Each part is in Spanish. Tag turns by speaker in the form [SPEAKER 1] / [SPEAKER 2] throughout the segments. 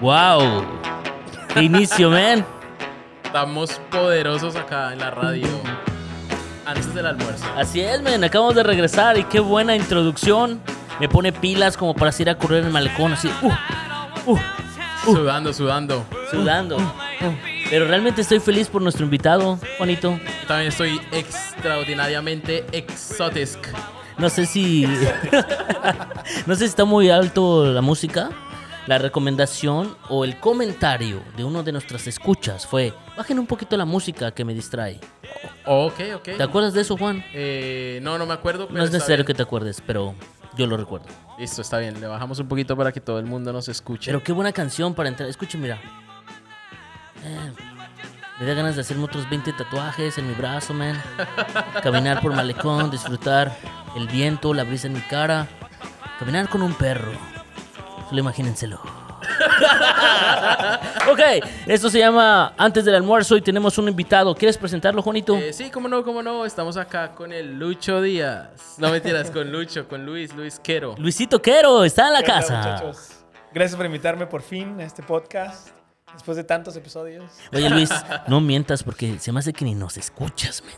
[SPEAKER 1] Wow. Qué inicio, man.
[SPEAKER 2] Estamos poderosos acá en la radio. Antes del almuerzo.
[SPEAKER 1] Así es, men, acabamos de regresar y qué buena introducción. Me pone pilas como para ir a correr en el malecón, así, uh, uh,
[SPEAKER 2] Sudando, sudando.
[SPEAKER 1] sudando. Pero realmente estoy feliz por nuestro invitado, Juanito.
[SPEAKER 2] Yo También estoy extraordinariamente exotic.
[SPEAKER 1] No sé si. no sé si está muy alto la música. La recomendación o el comentario de uno de nuestras escuchas fue: bajen un poquito la música que me distrae.
[SPEAKER 2] Ok,
[SPEAKER 1] ¿Te
[SPEAKER 2] ok.
[SPEAKER 1] acuerdas de eso, Juan?
[SPEAKER 2] Eh, no, no me acuerdo. Pero
[SPEAKER 1] No es
[SPEAKER 2] está
[SPEAKER 1] necesario que
[SPEAKER 2] bien.
[SPEAKER 1] te acuerdes, pero yo lo recuerdo.
[SPEAKER 2] Listo, está bien. Le bajamos un poquito para que todo el mundo nos escuche.
[SPEAKER 1] Pero qué buena canción para entrar. Escuchen, mira. Eh, me da ganas de hacerme otros 20 tatuajes en mi brazo, man. Caminar por malecón, disfrutar el viento, la brisa en mi cara. Caminar con un perro. Solo imagínenselo. ok, esto se llama Antes del almuerzo y tenemos un invitado. ¿Quieres presentarlo, Juanito?
[SPEAKER 2] Eh, sí, cómo no, cómo no. Estamos acá con el Lucho Díaz. No mentiras, con Lucho, con Luis, Luis Quero.
[SPEAKER 1] Luisito Quero está en la
[SPEAKER 3] ¿Qué onda,
[SPEAKER 1] casa.
[SPEAKER 3] muchachos? Gracias por invitarme por fin a este podcast. Después de tantos episodios.
[SPEAKER 1] Oye, Luis, no mientas porque se me hace que ni nos escuchas, man.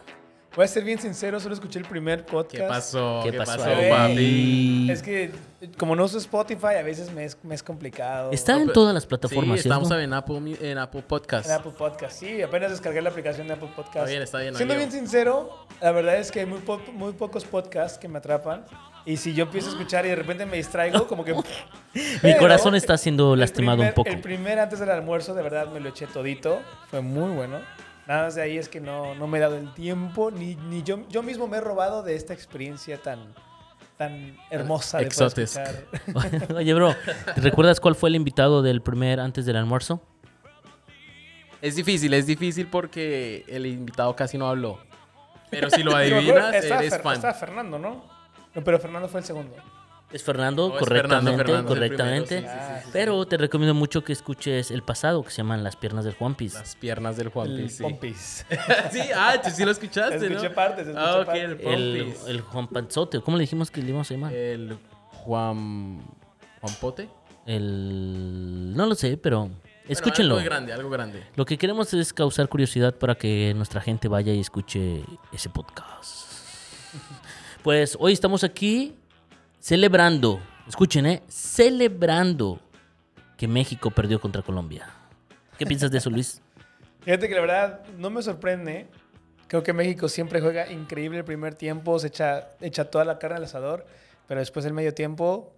[SPEAKER 3] Voy a ser bien sincero, solo escuché el primer podcast.
[SPEAKER 2] ¿Qué pasó?
[SPEAKER 1] ¿Qué pasó,
[SPEAKER 3] Ey,
[SPEAKER 2] papi?
[SPEAKER 3] Es que eh, como no uso Spotify, a veces me es, me es complicado.
[SPEAKER 1] Está en
[SPEAKER 2] pero-
[SPEAKER 1] todas las
[SPEAKER 2] Sí,
[SPEAKER 1] plataformas, ¿cierto?
[SPEAKER 2] estamos en Apple, Mi- en Apple Podcast.
[SPEAKER 3] En Apple Podcast, sí, apenas descargué la aplicación de Apple Podcast.
[SPEAKER 2] Está bien, está bien,
[SPEAKER 3] Siendo
[SPEAKER 2] amigo.
[SPEAKER 3] bien sincero, la verdad es que hay muy, po- muy pocos podcasts que me atrapan. Y si yo empiezo a escuchar y de repente me distraigo, como que...
[SPEAKER 1] Mi
[SPEAKER 3] Pero
[SPEAKER 1] corazón está siendo
[SPEAKER 3] el
[SPEAKER 1] lastimado
[SPEAKER 3] primer-
[SPEAKER 1] un poco.
[SPEAKER 3] El primer antes del almuerzo, de verdad, me lo eché todito. Fue muy bueno. Nada más de ahí es que no, no me he dado el tiempo, ni, ni yo, yo mismo me he robado de esta experiencia tan, tan hermosa de poder
[SPEAKER 2] Exotesc.
[SPEAKER 3] escuchar.
[SPEAKER 1] Oye, bro, ¿te ¿recuerdas cuál fue el invitado del primer antes del almuerzo?
[SPEAKER 2] Es difícil, es difícil porque el invitado casi no habló. Pero si lo
[SPEAKER 3] Yo me acuerdo,
[SPEAKER 2] adivinas,
[SPEAKER 3] estaba
[SPEAKER 2] eres
[SPEAKER 3] Fer-
[SPEAKER 2] fan.
[SPEAKER 3] Estaba Fernando, ¿no? No, pero Fernando fue el segundo.
[SPEAKER 1] Es Fernando,
[SPEAKER 2] No, es
[SPEAKER 1] correctamente,
[SPEAKER 2] Fernando, Fernando es el
[SPEAKER 1] correctamente.
[SPEAKER 2] primero, sí, sí, sí, sí,
[SPEAKER 1] Pero te recomiendo mucho que escuches el pasado, que se llaman Las piernas del Juan Piz.
[SPEAKER 2] Las piernas del Juan
[SPEAKER 3] El
[SPEAKER 2] Piz, sí.
[SPEAKER 3] Pompis.
[SPEAKER 2] sí, ah, tú sí lo escuchaste, ¿no?
[SPEAKER 3] Escuché partes, escuché
[SPEAKER 2] Ah, ok,
[SPEAKER 3] partes.
[SPEAKER 2] el
[SPEAKER 1] El,
[SPEAKER 2] Pompis.
[SPEAKER 1] el Juan Panzote, ¿cómo le dijimos que le íbamos a llamar?
[SPEAKER 2] El Juan... ¿Juan Pote?
[SPEAKER 1] El... No lo sé, pero
[SPEAKER 2] Bueno,
[SPEAKER 1] escúchenlo.
[SPEAKER 2] algo grande, algo grande.
[SPEAKER 1] Lo que queremos es causar curiosidad para que nuestra gente vaya y escuche ese podcast. Pues hoy estamos aquí celebrando, escuchen, ¿eh? Celebrando que México perdió contra Colombia. ¿Qué piensas de eso, Luis?
[SPEAKER 3] Fíjate que la verdad no me sorprende. Creo que México siempre juega increíble el primer tiempo, se echa, echa toda la carne al asador, pero después del medio tiempo,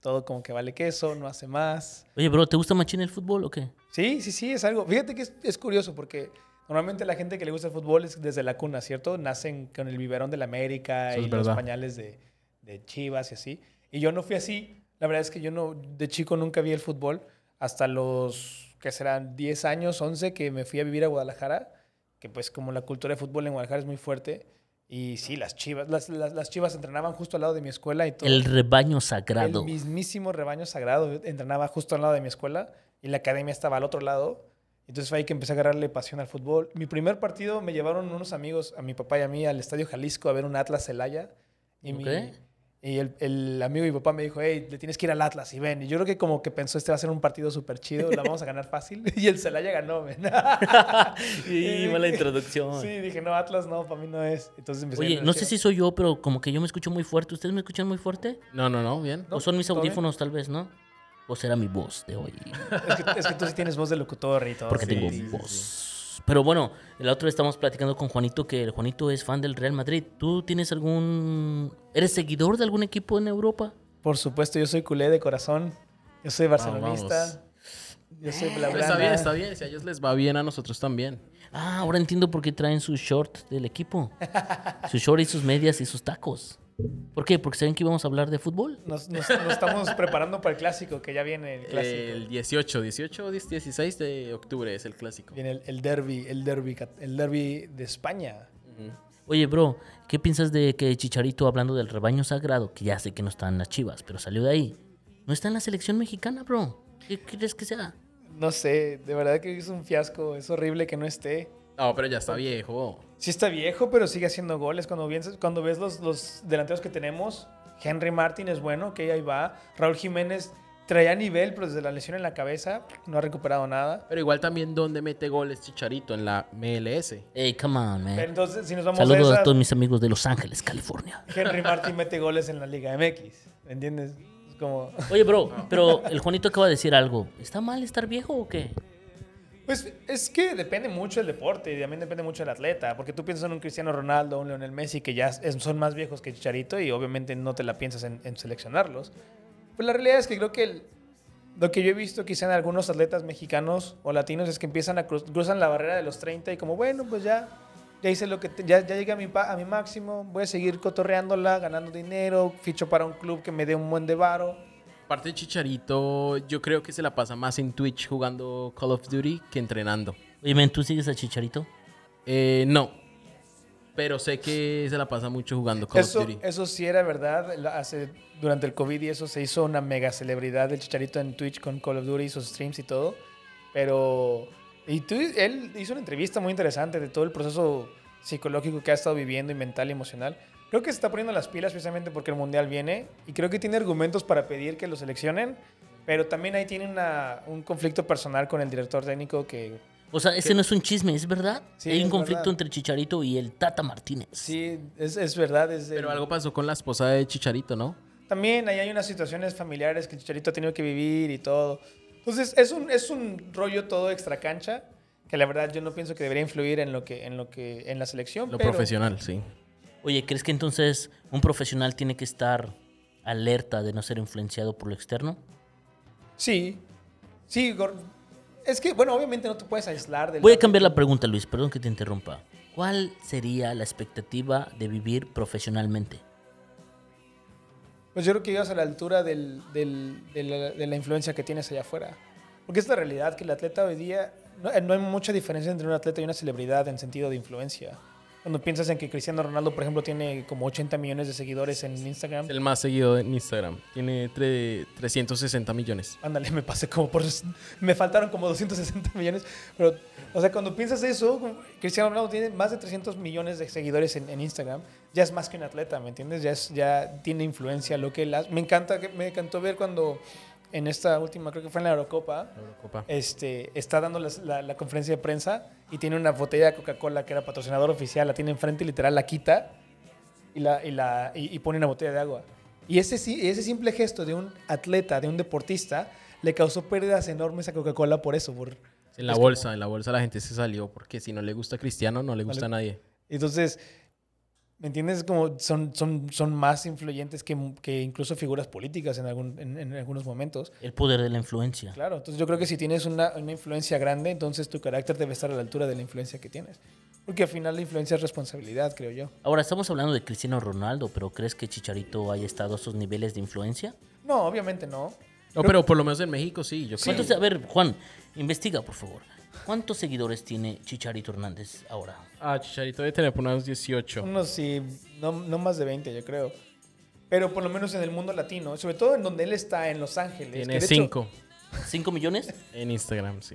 [SPEAKER 3] todo como que vale queso, no hace más.
[SPEAKER 1] Oye, bro, ¿te gusta machín el fútbol o qué?
[SPEAKER 3] Sí, sí, sí, es algo. Fíjate que es, es curioso porque normalmente la gente que le gusta el fútbol es desde la cuna, ¿cierto? Nacen con el biberón de la América
[SPEAKER 2] Eso es
[SPEAKER 3] y
[SPEAKER 2] verdad.
[SPEAKER 3] los pañales de, de Chivas y así. Y yo no fui así. La verdad es que yo no, de chico nunca vi el fútbol. Hasta los, que serán 10 años, 11, que me fui a vivir a Guadalajara, que pues como la cultura de fútbol en Guadalajara es muy fuerte. Y sí, las chivas, las, las- las chivas entrenaban justo al lado de mi escuela y todo.
[SPEAKER 1] El rebaño
[SPEAKER 3] El
[SPEAKER 1] sagrado.
[SPEAKER 3] mismísimo rebaño sagrado. Yo Entrenaba justo al lado de mi escuela y la academia estaba al otro lado. Entonces fue ahí que empecé a agarrarle pasión al fútbol. Mi primer partido me llevaron unos amigos, a mi papá y a mí, al Estadio Jalisco a ver un Atlas Celaya. Y, mi-
[SPEAKER 1] Ok.
[SPEAKER 3] y el, el amigo de mi papá me dijo, hey, le tienes que ir al Atlas y ven. Y yo creo que como que pensó, este va a ser un partido súper chido, la vamos a ganar fácil. Y el Celaya ganó, ven.
[SPEAKER 1] Y mala introducción.
[SPEAKER 3] Sí, dije, no, Atlas no, para mí no es. Entonces empecé a
[SPEAKER 1] Oye,
[SPEAKER 3] ir al
[SPEAKER 1] no sé
[SPEAKER 3] Chivas.
[SPEAKER 1] si soy yo, pero como que yo me escucho muy fuerte. ¿Ustedes me escuchan muy fuerte?
[SPEAKER 2] No, no, no, bien.
[SPEAKER 3] No,
[SPEAKER 1] ¿O son mis
[SPEAKER 3] todo bien.
[SPEAKER 1] audífonos, tal vez, no? ¿O será mi voz de hoy?
[SPEAKER 3] Es que, es que tú sí tienes voz de locutor y todo.
[SPEAKER 1] porque
[SPEAKER 3] sí.
[SPEAKER 1] tengo
[SPEAKER 2] sí, sí,
[SPEAKER 3] Pues,
[SPEAKER 1] voz. Pero bueno, la otra vez estamos platicando con Juanito que el Juanito es fan del Real Madrid. ¿Tú tienes algún... ¿Eres seguidor de algún equipo en Europa?
[SPEAKER 3] Por supuesto, yo soy culé de corazón. Yo soy barcelonista. Yo soy bla
[SPEAKER 2] Pero Pues
[SPEAKER 3] bla.
[SPEAKER 2] está
[SPEAKER 3] bla.
[SPEAKER 2] bien, está bien. Si a ellos les va bien, a nosotros también.
[SPEAKER 1] Ah, ahora entiendo por qué traen su short del equipo. Su short y sus medias y sus tacos. ¿Por qué? Porque saben que íbamos a hablar de fútbol.
[SPEAKER 3] Nos, nos- nos estamos preparando para el clásico, que ya viene el clásico.
[SPEAKER 2] El 18, 18 o 10, 16 de octubre es el clásico.
[SPEAKER 3] Viene el, el derby, el derby, cat- el derby de España.
[SPEAKER 1] Oye, bro, ¿qué piensas de que Chicharito, hablando del rebaño sagrado, que ya sé que no están las chivas, pero salió de ahí, no está en la selección mexicana, bro? ¿Qué crees que sea?
[SPEAKER 3] No sé, de verdad que es un fiasco. Es horrible que no esté.
[SPEAKER 2] No, pero ya está viejo.
[SPEAKER 3] Sí está viejo, pero sigue haciendo goles. Cuando, vienes- cuando ves los, los delanteros que tenemos, Henry Martin es bueno, que ahí va. Raúl Jiménez traía nivel, pero desde la lesión en la cabeza no ha recuperado nada.
[SPEAKER 2] Pero igual también dónde mete goles Chicharito en la MLS.
[SPEAKER 1] Hey, come on,
[SPEAKER 3] Pero
[SPEAKER 1] man.
[SPEAKER 3] entonces, si nos vamos
[SPEAKER 1] Saludos
[SPEAKER 3] a
[SPEAKER 1] a
[SPEAKER 3] esa,
[SPEAKER 1] todos mis amigos de Los Ángeles, California.
[SPEAKER 3] Henry Martin mete goles en la Liga MX. ¿Me entiendes? Es como.
[SPEAKER 1] Oye, bro, pero el Juanito acaba de decir algo. ¿Está mal estar viejo o qué?
[SPEAKER 3] Pues es que depende mucho del deporte y también depende mucho del atleta, porque tú piensas en un Cristiano Ronaldo, un Lionel Messi, que ya es- son más viejos que Chicharito y obviamente no te la piensas en, en seleccionarlos. Pues la realidad es que creo que el- lo que yo he visto quizá en algunos atletas mexicanos o latinos es que empiezan a cruz- cruzan la barrera de los 30 y como, bueno, pues ya, ya hice lo que, te- ya, ya llegué a mi, pa- a mi máximo, voy a seguir cotorreándola, ganando dinero, ficho para un club que me dé un buen de varo.
[SPEAKER 2] Aparte de Chicharito, yo creo que se la pasa más en Twitch jugando Call of Duty que entrenando.
[SPEAKER 1] Oye, men, ¿tú sigues a Chicharito?
[SPEAKER 2] Eh, no. Pero sé que se la pasa mucho jugando Call
[SPEAKER 3] Eso,
[SPEAKER 2] of Duty.
[SPEAKER 3] eso sí era verdad. la- hace- durante el COVID y eso se hizo una mega celebridad del Chicharito en Twitch con Call of Duty, sus streams y todo. Pero. Y tú, él hizo una entrevista muy interesante de todo el proceso psicológico que ha estado viviendo y mental y emocional. Creo que se está poniendo las pilas precisamente porque el Mundial viene y creo que tiene argumentos para pedir que lo seleccionen, pero también ahí tiene una- un conflicto personal con el director técnico que
[SPEAKER 1] O sea, ese no es un chisme, ¿es verdad?
[SPEAKER 3] Sí,
[SPEAKER 1] Hay un
[SPEAKER 3] es
[SPEAKER 1] conflicto
[SPEAKER 3] verdad.
[SPEAKER 1] entre Chicharito y el Tata Martínez.
[SPEAKER 3] sí, es, es verdad. Es el-
[SPEAKER 2] Pero algo pasó con la esposa de Chicharito, ¿no?
[SPEAKER 3] También ahí hay unas situaciones familiares que el Chicharito ha tenido que vivir y todo. Entonces, es un, es un rollo todo extra cancha que la verdad yo no pienso que debería influir en lo que en lo que en la selección,
[SPEAKER 2] Lo
[SPEAKER 3] pero
[SPEAKER 2] profesional, sí.
[SPEAKER 1] Oye, ¿crees que entonces un profesional tiene que estar alerta de no ser influenciado por lo externo?
[SPEAKER 3] Sí. Sí, Gor- es que bueno, obviamente no te puedes aislar del
[SPEAKER 1] Voy a cambiar la pregunta, Luis, perdón que te interrumpa. ¿Cuál sería la expectativa de vivir profesionalmente?
[SPEAKER 3] Pues yo creo que ibas a la altura del- del- de, la, de la influencia que tienes allá afuera. Porque es la realidad que el atleta hoy día, no, eh, no hay mucha diferencia entre un atleta y una celebridad en sentido de influencia. Cuando piensas en que Cristiano Ronaldo, por ejemplo, tiene como 80 millones de seguidores en Instagram.
[SPEAKER 2] Es el más seguido en Instagram. Tiene tre- 360 millones.
[SPEAKER 3] Ándale, me pasé como por... Me faltaron como 260 millones. Pero, o sea, cuando piensas eso, Cristiano Ronaldo tiene más de 300 millones de seguidores en, en Instagram. Ya es más que un atleta, ¿me entiendes? Ya, es, ya tiene influencia lo que él hace. Me encanta, que- me encantó ver cuando en esta última, creo que fue en la Eurocopa,
[SPEAKER 2] La Eurocopa.
[SPEAKER 3] este, está dando las- la, la conferencia de prensa y tiene una botella de Coca-Cola que era patrocinador oficial, la tiene enfrente y literal la quita y, la, y, la, y, y pone una botella de agua. Y ese, si- ese simple gesto de un atleta, de un deportista, le causó pérdidas enormes a Coca-Cola por eso. Por,
[SPEAKER 2] En la bolsa, en la bolsa la gente se salió porque si no le gusta a Cristiano, no le gusta a nadie.
[SPEAKER 3] entonces, ¿me entiendes? Como son, son, son más influyentes que, que incluso figuras políticas en, algún, en- en algunos momentos.
[SPEAKER 1] El poder de la influencia.
[SPEAKER 3] Claro, entonces yo creo que si tienes una, una influencia grande, entonces tu carácter debe estar a la altura de la influencia que tienes. Porque al final la influencia es responsabilidad, creo yo.
[SPEAKER 1] Ahora, estamos hablando de Cristiano Ronaldo, pero ¿crees que Chicharito haya estado a esos niveles de influencia?
[SPEAKER 3] No, obviamente no.
[SPEAKER 2] No, pero por lo menos en México sí. Yo creo.
[SPEAKER 1] ¿Cuántos, a ver, Juan, investiga, por favor. ¿Cuántos seguidores tiene Chicharito Hernández ahora?
[SPEAKER 2] Ah, Chicharito debe tener por unos 18.
[SPEAKER 3] Unos sí, no, no más de 20, yo creo. Pero por lo menos en el mundo latino, sobre todo en donde él está, en Los Ángeles. que
[SPEAKER 2] Tiene
[SPEAKER 3] de hecho-
[SPEAKER 2] 5
[SPEAKER 1] ¿Cinco millones?
[SPEAKER 2] en Instagram, sí.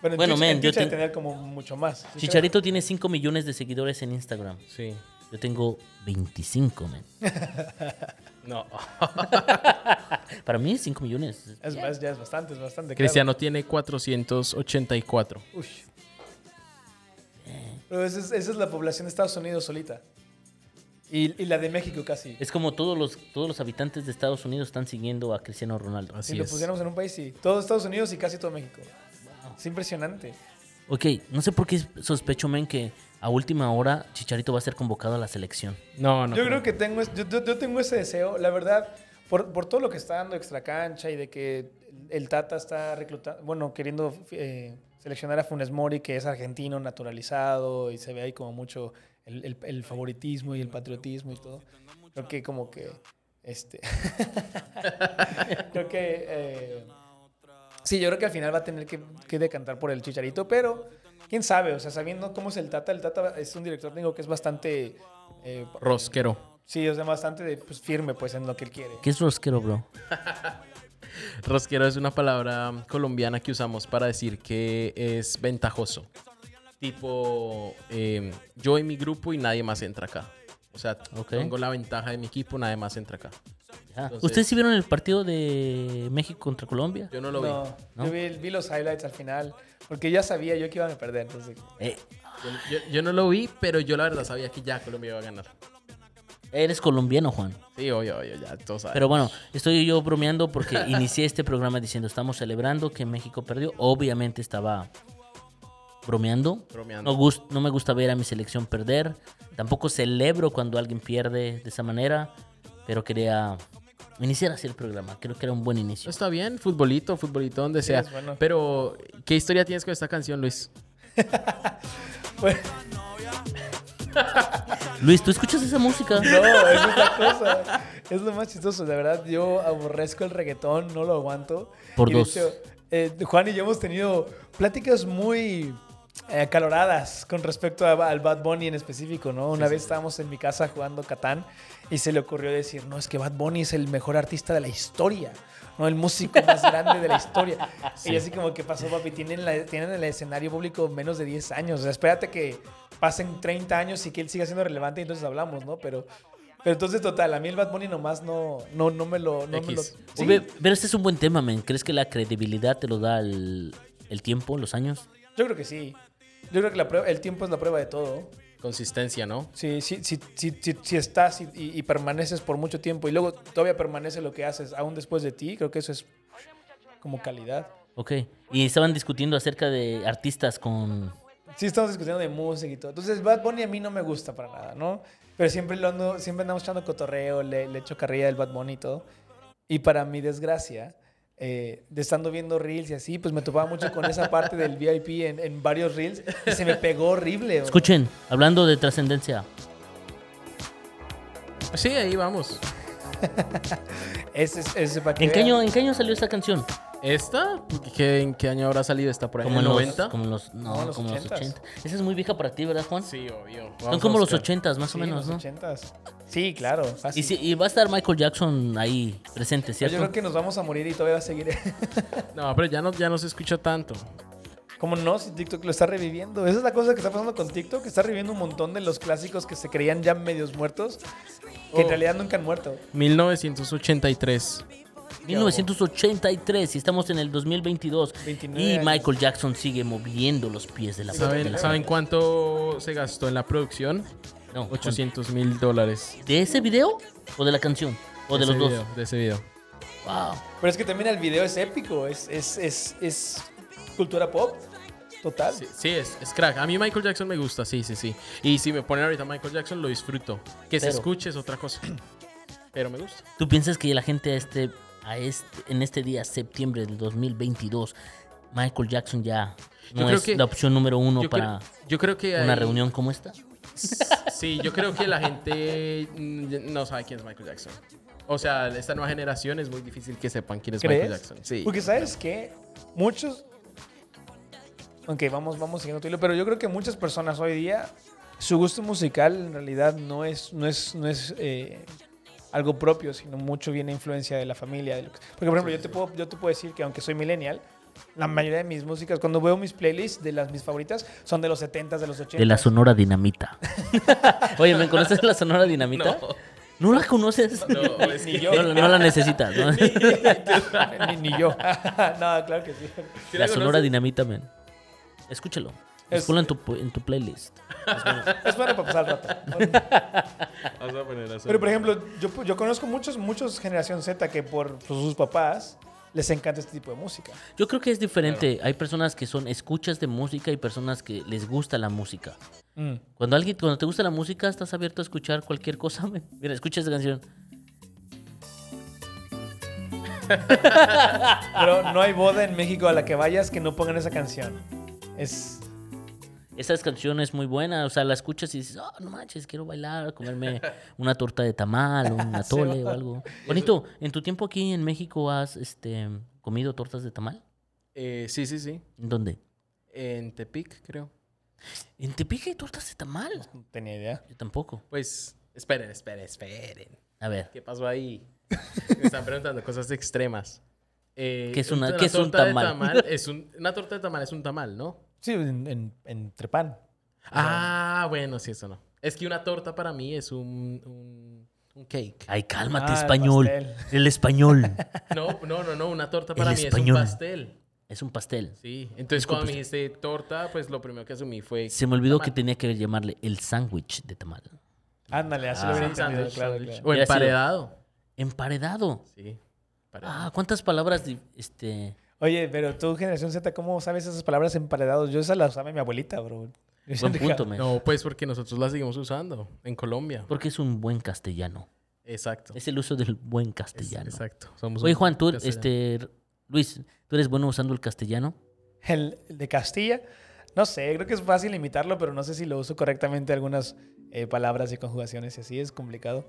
[SPEAKER 3] bueno, en
[SPEAKER 1] Bueno,
[SPEAKER 3] Twitch-
[SPEAKER 1] men,
[SPEAKER 3] en Twitch
[SPEAKER 1] yo
[SPEAKER 3] debe
[SPEAKER 1] te-
[SPEAKER 3] tener como mucho más. yo
[SPEAKER 1] Chicharito tiene 5 millones de seguidores en Instagram.
[SPEAKER 2] Sí.
[SPEAKER 1] Yo tengo 25, man.
[SPEAKER 2] No.
[SPEAKER 1] Para mí, 5 millones.
[SPEAKER 3] creo. Es más, ya es bastante, es bastante.
[SPEAKER 2] Cristiano tiene 484.
[SPEAKER 3] claro. Uy. Pero esa es, esa es la población de Estados Unidos solita. Y, y la de México casi.
[SPEAKER 1] Es como todos los, todos los habitantes de Estados Unidos están siguiendo a Cristiano Ronaldo.
[SPEAKER 2] Así
[SPEAKER 3] si lo
[SPEAKER 2] es.
[SPEAKER 3] pusiéramos en un país, sí. Todo Estados Unidos y casi todo México. Es impresionante.
[SPEAKER 1] Ok, no sé por qué sospecho, men, que a última hora Chicharito va a ser convocado a la selección.
[SPEAKER 2] No, no.
[SPEAKER 3] yo creo que tengo, es- yo, yo- yo tengo ese deseo, la verdad, por, por todo lo que está dando extra cancha y de que el Tata está reclutando, bueno, queriendo eh, seleccionar a Funes Mori, que es argentino naturalizado y se ve ahí como mucho el, el- el favoritismo y el patriotismo y todo. Creo que como que, este, creo que... eh, Sí, yo creo que al final va a tener que, que decantar por el Chicharito, pero quién sabe, o sea, sabiendo cómo es el Tata, el Tata es un director técnico que es bastante eh,
[SPEAKER 2] Rosquero.
[SPEAKER 3] Sí, o sea, bastante de, pues, firme pues en lo que él quiere.
[SPEAKER 1] ¿Qué es rosquero, bro?
[SPEAKER 2] Rosquero es una palabra colombiana que usamos para decir que es ventajoso. Tipo, eh, yo en mi grupo y nadie más entra acá. O sea,
[SPEAKER 1] Ok.
[SPEAKER 2] tengo la ventaja de mi equipo, nadie más entra acá.
[SPEAKER 1] Ya.
[SPEAKER 2] Entonces-
[SPEAKER 1] ¿Ustedes sí vieron el partido de México contra Colombia?
[SPEAKER 2] Yo no lo
[SPEAKER 3] No,
[SPEAKER 2] vi.
[SPEAKER 1] ¿No?
[SPEAKER 3] Yo vi, vi los highlights al final, porque ya sabía yo que iban a perder. Entonces,
[SPEAKER 1] Eh,
[SPEAKER 2] Yo, yo- yo no lo vi, pero yo la verdad sabía que ya Colombia iba a ganar.
[SPEAKER 1] eres colombiano, Juan.
[SPEAKER 2] Sí, obvio, obvio, ya todos saben.
[SPEAKER 1] Pero bueno, estoy yo bromeando porque inicié este programa diciendo estamos celebrando que México perdió. Obviamente estaba bromeando.
[SPEAKER 2] Bromeando.
[SPEAKER 1] No, gus- no me gusta ver a mi selección perder. Tampoco celebro cuando alguien pierde de esa manera. Pero quería iniciar así el programa. Creo que era un buen inicio.
[SPEAKER 2] Está bien, futbolito, futbolito, donde sea.
[SPEAKER 3] es bueno.
[SPEAKER 2] Pero, ¿qué historia tienes con esta canción, Luis?
[SPEAKER 3] bueno,
[SPEAKER 1] Luis, ¿tú escuchas esa música?
[SPEAKER 3] no, es otra cosa. Es lo más chistoso, de verdad. Yo aborrezco el reggaetón, no lo aguanto.
[SPEAKER 1] Por
[SPEAKER 3] Y de
[SPEAKER 1] dos.
[SPEAKER 3] hecho, eh, Juan y yo hemos tenido pláticas muy eh, acaloradas con respecto a- al Bad Bunny en específico, ¿no? Una vez estábamos en mi casa jugando Catán y se le ocurrió decir, no, es que Bad Bunny es el mejor artista de la historia. ¿no? El músico más grande de la historia. Y así como que pasó, papi, tienen, la- tienen el escenario público menos de 10 años. O sea, espérate que pasen 30 años y que él siga siendo relevante y entonces hablamos, ¿no? Pero, pero entonces, total, a mí el Bad Bunny nomás no, no, no me lo... No me lo-
[SPEAKER 2] X.
[SPEAKER 3] Sí.
[SPEAKER 1] Oye, Pero este es un buen tema, men. ¿Crees que la credibilidad te lo da el, el tiempo, los años?
[SPEAKER 3] Yo creo que sí. Yo creo que la prueba- el tiempo es la prueba de todo.
[SPEAKER 2] Consistencia, ¿no?
[SPEAKER 3] Sí, sí, sí, sí, sí, sí estás y, y- y permaneces por mucho tiempo y luego todavía permanece lo que haces aún después de ti, creo que eso es como calidad.
[SPEAKER 1] Ok. Y estaban discutiendo acerca de artistas con...
[SPEAKER 3] Sí, estamos discutiendo de música y todo. Entonces, Bad Bunny a mí no me gusta para nada, ¿no? Pero siempre, lo ando- siempre andamos echando cotorreo, le, le echo carrilla del Bad Bunny y todo. Y para mi desgracia, eh, de estando viendo reels y así, pues me topaba mucho con esa parte del VIP en, en varios reels y se me pegó horrible. bro.
[SPEAKER 1] Escuchen, hablando de trascendencia.
[SPEAKER 2] Sí, ahí vamos.
[SPEAKER 3] Ese es ese pa' que
[SPEAKER 1] ¿En qué, año,
[SPEAKER 3] vean.
[SPEAKER 1] ¿En qué año salió esta canción?
[SPEAKER 2] ¿Esta? ¿Qué, ¿En qué año habrá salido esta? ¿Por ahí en
[SPEAKER 1] en
[SPEAKER 2] el
[SPEAKER 1] los-
[SPEAKER 2] 90?
[SPEAKER 1] Como en los, no,
[SPEAKER 3] No, en los
[SPEAKER 1] como en los
[SPEAKER 3] 80s.
[SPEAKER 1] 80. Esa es muy vieja para ti, ¿verdad, Juan?
[SPEAKER 2] Sí, obvio. Vamos
[SPEAKER 1] Son
[SPEAKER 2] a
[SPEAKER 1] como los
[SPEAKER 2] buscar.
[SPEAKER 1] 80 más
[SPEAKER 3] Sí,
[SPEAKER 1] o menos,
[SPEAKER 3] los
[SPEAKER 1] ¿no?
[SPEAKER 3] 80s. Sí, claro.
[SPEAKER 1] Y,
[SPEAKER 3] fácil.
[SPEAKER 1] sí- y va a estar Michael Jackson ahí presente,
[SPEAKER 3] Yo
[SPEAKER 1] ¿cierto?
[SPEAKER 3] creo que nos vamos a morir y todavía va a seguir.
[SPEAKER 2] No, pero ya no, ya no se escucha tanto.
[SPEAKER 3] Como no, si TikTok lo está reviviendo. Esa es la cosa que está pasando con TikTok, que está reviviendo un montón de los clásicos que se creían ya medios muertos, que en
[SPEAKER 2] Oh.
[SPEAKER 3] realidad nunca han muerto.
[SPEAKER 2] 1983.
[SPEAKER 1] 1983 y estamos en el 2022.
[SPEAKER 3] 29
[SPEAKER 1] y
[SPEAKER 3] años.
[SPEAKER 1] Michael Jackson sigue moviendo los pies de la de
[SPEAKER 2] ¿Saben,
[SPEAKER 1] la-
[SPEAKER 2] ¿Saben cuánto se gastó en la producción?
[SPEAKER 1] No,
[SPEAKER 2] 800 mil dólares.
[SPEAKER 1] ¿De ese video o de la canción? ¿O de,
[SPEAKER 2] ese
[SPEAKER 1] los dos?
[SPEAKER 2] video, De ese video.
[SPEAKER 1] Wow.
[SPEAKER 3] Pero es que también el video es épico, es, es, es, es cultura pop total.
[SPEAKER 2] Sí, sí, es, es crack. A mí Michael Jackson me gusta, sí, sí, sí. Y si me ponen ahorita Michael Jackson, lo disfruto. Que se
[SPEAKER 1] Pero-
[SPEAKER 2] escuche es otra cosa. Pero me gusta.
[SPEAKER 1] ¿Tú piensas que la gente a este, a este, en este día, septiembre del 2022, Michael Jackson ya
[SPEAKER 2] Yo
[SPEAKER 1] no
[SPEAKER 2] creo
[SPEAKER 1] es
[SPEAKER 2] que-
[SPEAKER 1] la opción número uno
[SPEAKER 2] yo,
[SPEAKER 1] para
[SPEAKER 2] creo, yo creo que...
[SPEAKER 1] una
[SPEAKER 2] ahí-
[SPEAKER 1] reunión como esta?
[SPEAKER 2] Sí, yo creo que la gente mm, no sabe quién es Michael Jackson. O sea, esta nueva generación es muy difícil que sepan quién es Michael
[SPEAKER 3] ¿Crees?
[SPEAKER 2] Jackson. Sí.
[SPEAKER 3] Porque sabes que muchos... Ok, vamos, vamos siguiendo tu hilo, pero yo creo que muchas personas hoy día, su gusto musical en realidad no es, no es, no es eh, algo propio, sino mucho viene influencia de la familia. de lo que- Porque, por ejemplo, yo te, puedo, yo te puedo decir que aunque soy millennial, la mayoría de mis músicas, cuando veo mis playlists de las mis favoritas, son de los 70s, de los 80s.
[SPEAKER 1] De la Sonora Dinamita. Oye, ¿me conoces la Sonora Dinamita? ¿No, la conoces? No,
[SPEAKER 2] No, pues, es que-
[SPEAKER 3] Ni yo.
[SPEAKER 1] no la necesitas. ¿no?
[SPEAKER 3] ni, ni yo. no, claro que sí.
[SPEAKER 2] ¿Sí
[SPEAKER 1] La Sonora
[SPEAKER 2] conoces?
[SPEAKER 1] Dinamita, men. Escúchalo.
[SPEAKER 3] Es-
[SPEAKER 1] Ponlo en tu, en tu playlist.
[SPEAKER 3] Es bueno para pasar el rato.
[SPEAKER 2] Vas a poner la
[SPEAKER 3] Pero,
[SPEAKER 2] Sonora.
[SPEAKER 3] por ejemplo, yo, yo conozco muchos, muchos generación Z que por pues, sus papás les encanta este tipo de música.
[SPEAKER 1] Yo creo que es diferente. Hay personas que son escuchas de música y personas que les gusta la música.
[SPEAKER 2] Mm.
[SPEAKER 1] Cuando alguien, cuando te gusta la música, estás abierto a escuchar cualquier cosa. men. Mira, escucha esta canción.
[SPEAKER 3] Pero no hay boda en México a la que vayas que no pongan esa canción. Es...
[SPEAKER 1] Esa canción es muy buena. O sea, la escuchas y dices, oh, no manches, quiero bailar, comerme una torta de tamal, o un atole o algo. Bonito, ¿en tu tiempo aquí en México has este, comido tortas de tamal?
[SPEAKER 2] Eh, sí, sí, sí.
[SPEAKER 1] ¿En dónde?
[SPEAKER 2] En Tepic, creo.
[SPEAKER 1] ¿En Tepic hay tortas de tamal?
[SPEAKER 3] No tenía idea.
[SPEAKER 1] Yo tampoco.
[SPEAKER 2] Pues, esperen, esperen, esperen.
[SPEAKER 1] A ver,
[SPEAKER 2] ¿Qué pasó ahí? Me están preguntando cosas extremas. Eh,
[SPEAKER 1] ¿Qué es una- qué es un
[SPEAKER 2] torta de
[SPEAKER 1] tamal?
[SPEAKER 2] es un- una torta de tamal es un tamal, ¿no?
[SPEAKER 3] Sí, en, en, en Trepán.
[SPEAKER 2] Ah, bueno, sí, eso no. Es que una torta para mí es un, un, Un cake.
[SPEAKER 1] Ay, cálmate,
[SPEAKER 3] Ah, el
[SPEAKER 1] español. El,
[SPEAKER 3] pastel.
[SPEAKER 1] español.
[SPEAKER 2] No, no, no, no. Una torta
[SPEAKER 1] El
[SPEAKER 2] para mí
[SPEAKER 1] español.
[SPEAKER 2] es un pastel.
[SPEAKER 1] es un pastel.
[SPEAKER 2] Sí. Entonces, cuando me dijiste torta, pues lo primero que asumí fue.
[SPEAKER 1] Se me olvidó que tenía que llamarle el sándwich de tamal.
[SPEAKER 3] Ándale, así
[SPEAKER 2] Ah,
[SPEAKER 3] lo
[SPEAKER 2] sí,
[SPEAKER 3] hubiera entendido,
[SPEAKER 2] sándwich,
[SPEAKER 3] claro,
[SPEAKER 2] sándwich.
[SPEAKER 3] claro.
[SPEAKER 2] O
[SPEAKER 1] Hubiera sido-
[SPEAKER 2] emparedado.
[SPEAKER 1] Emparedado.
[SPEAKER 2] Sí. emparedado.
[SPEAKER 1] Ah, ¿cuántas palabras di- este,
[SPEAKER 3] Oye, pero tú, generación Z, ¿cómo sabes esas palabras emparedados? Yo esas las usaba mi abuelita, bro. Yo
[SPEAKER 1] Buen
[SPEAKER 3] siempre-
[SPEAKER 1] punto, men.
[SPEAKER 2] No, pues porque nosotros la seguimos usando en Colombia.
[SPEAKER 1] Porque es un buen castellano.
[SPEAKER 2] Exacto.
[SPEAKER 1] Es el uso del buen
[SPEAKER 2] Es-
[SPEAKER 1] castellano.
[SPEAKER 2] Exacto. Somos
[SPEAKER 1] Oye,
[SPEAKER 2] un
[SPEAKER 1] Juan, tú,
[SPEAKER 2] castellano.
[SPEAKER 1] este, Luis, ¿tú eres bueno usando el castellano?
[SPEAKER 3] El el de Castilla, no sé, creo que es fácil imitarlo, pero no sé si lo uso correctamente algunas eh, palabras y conjugaciones y así, es complicado.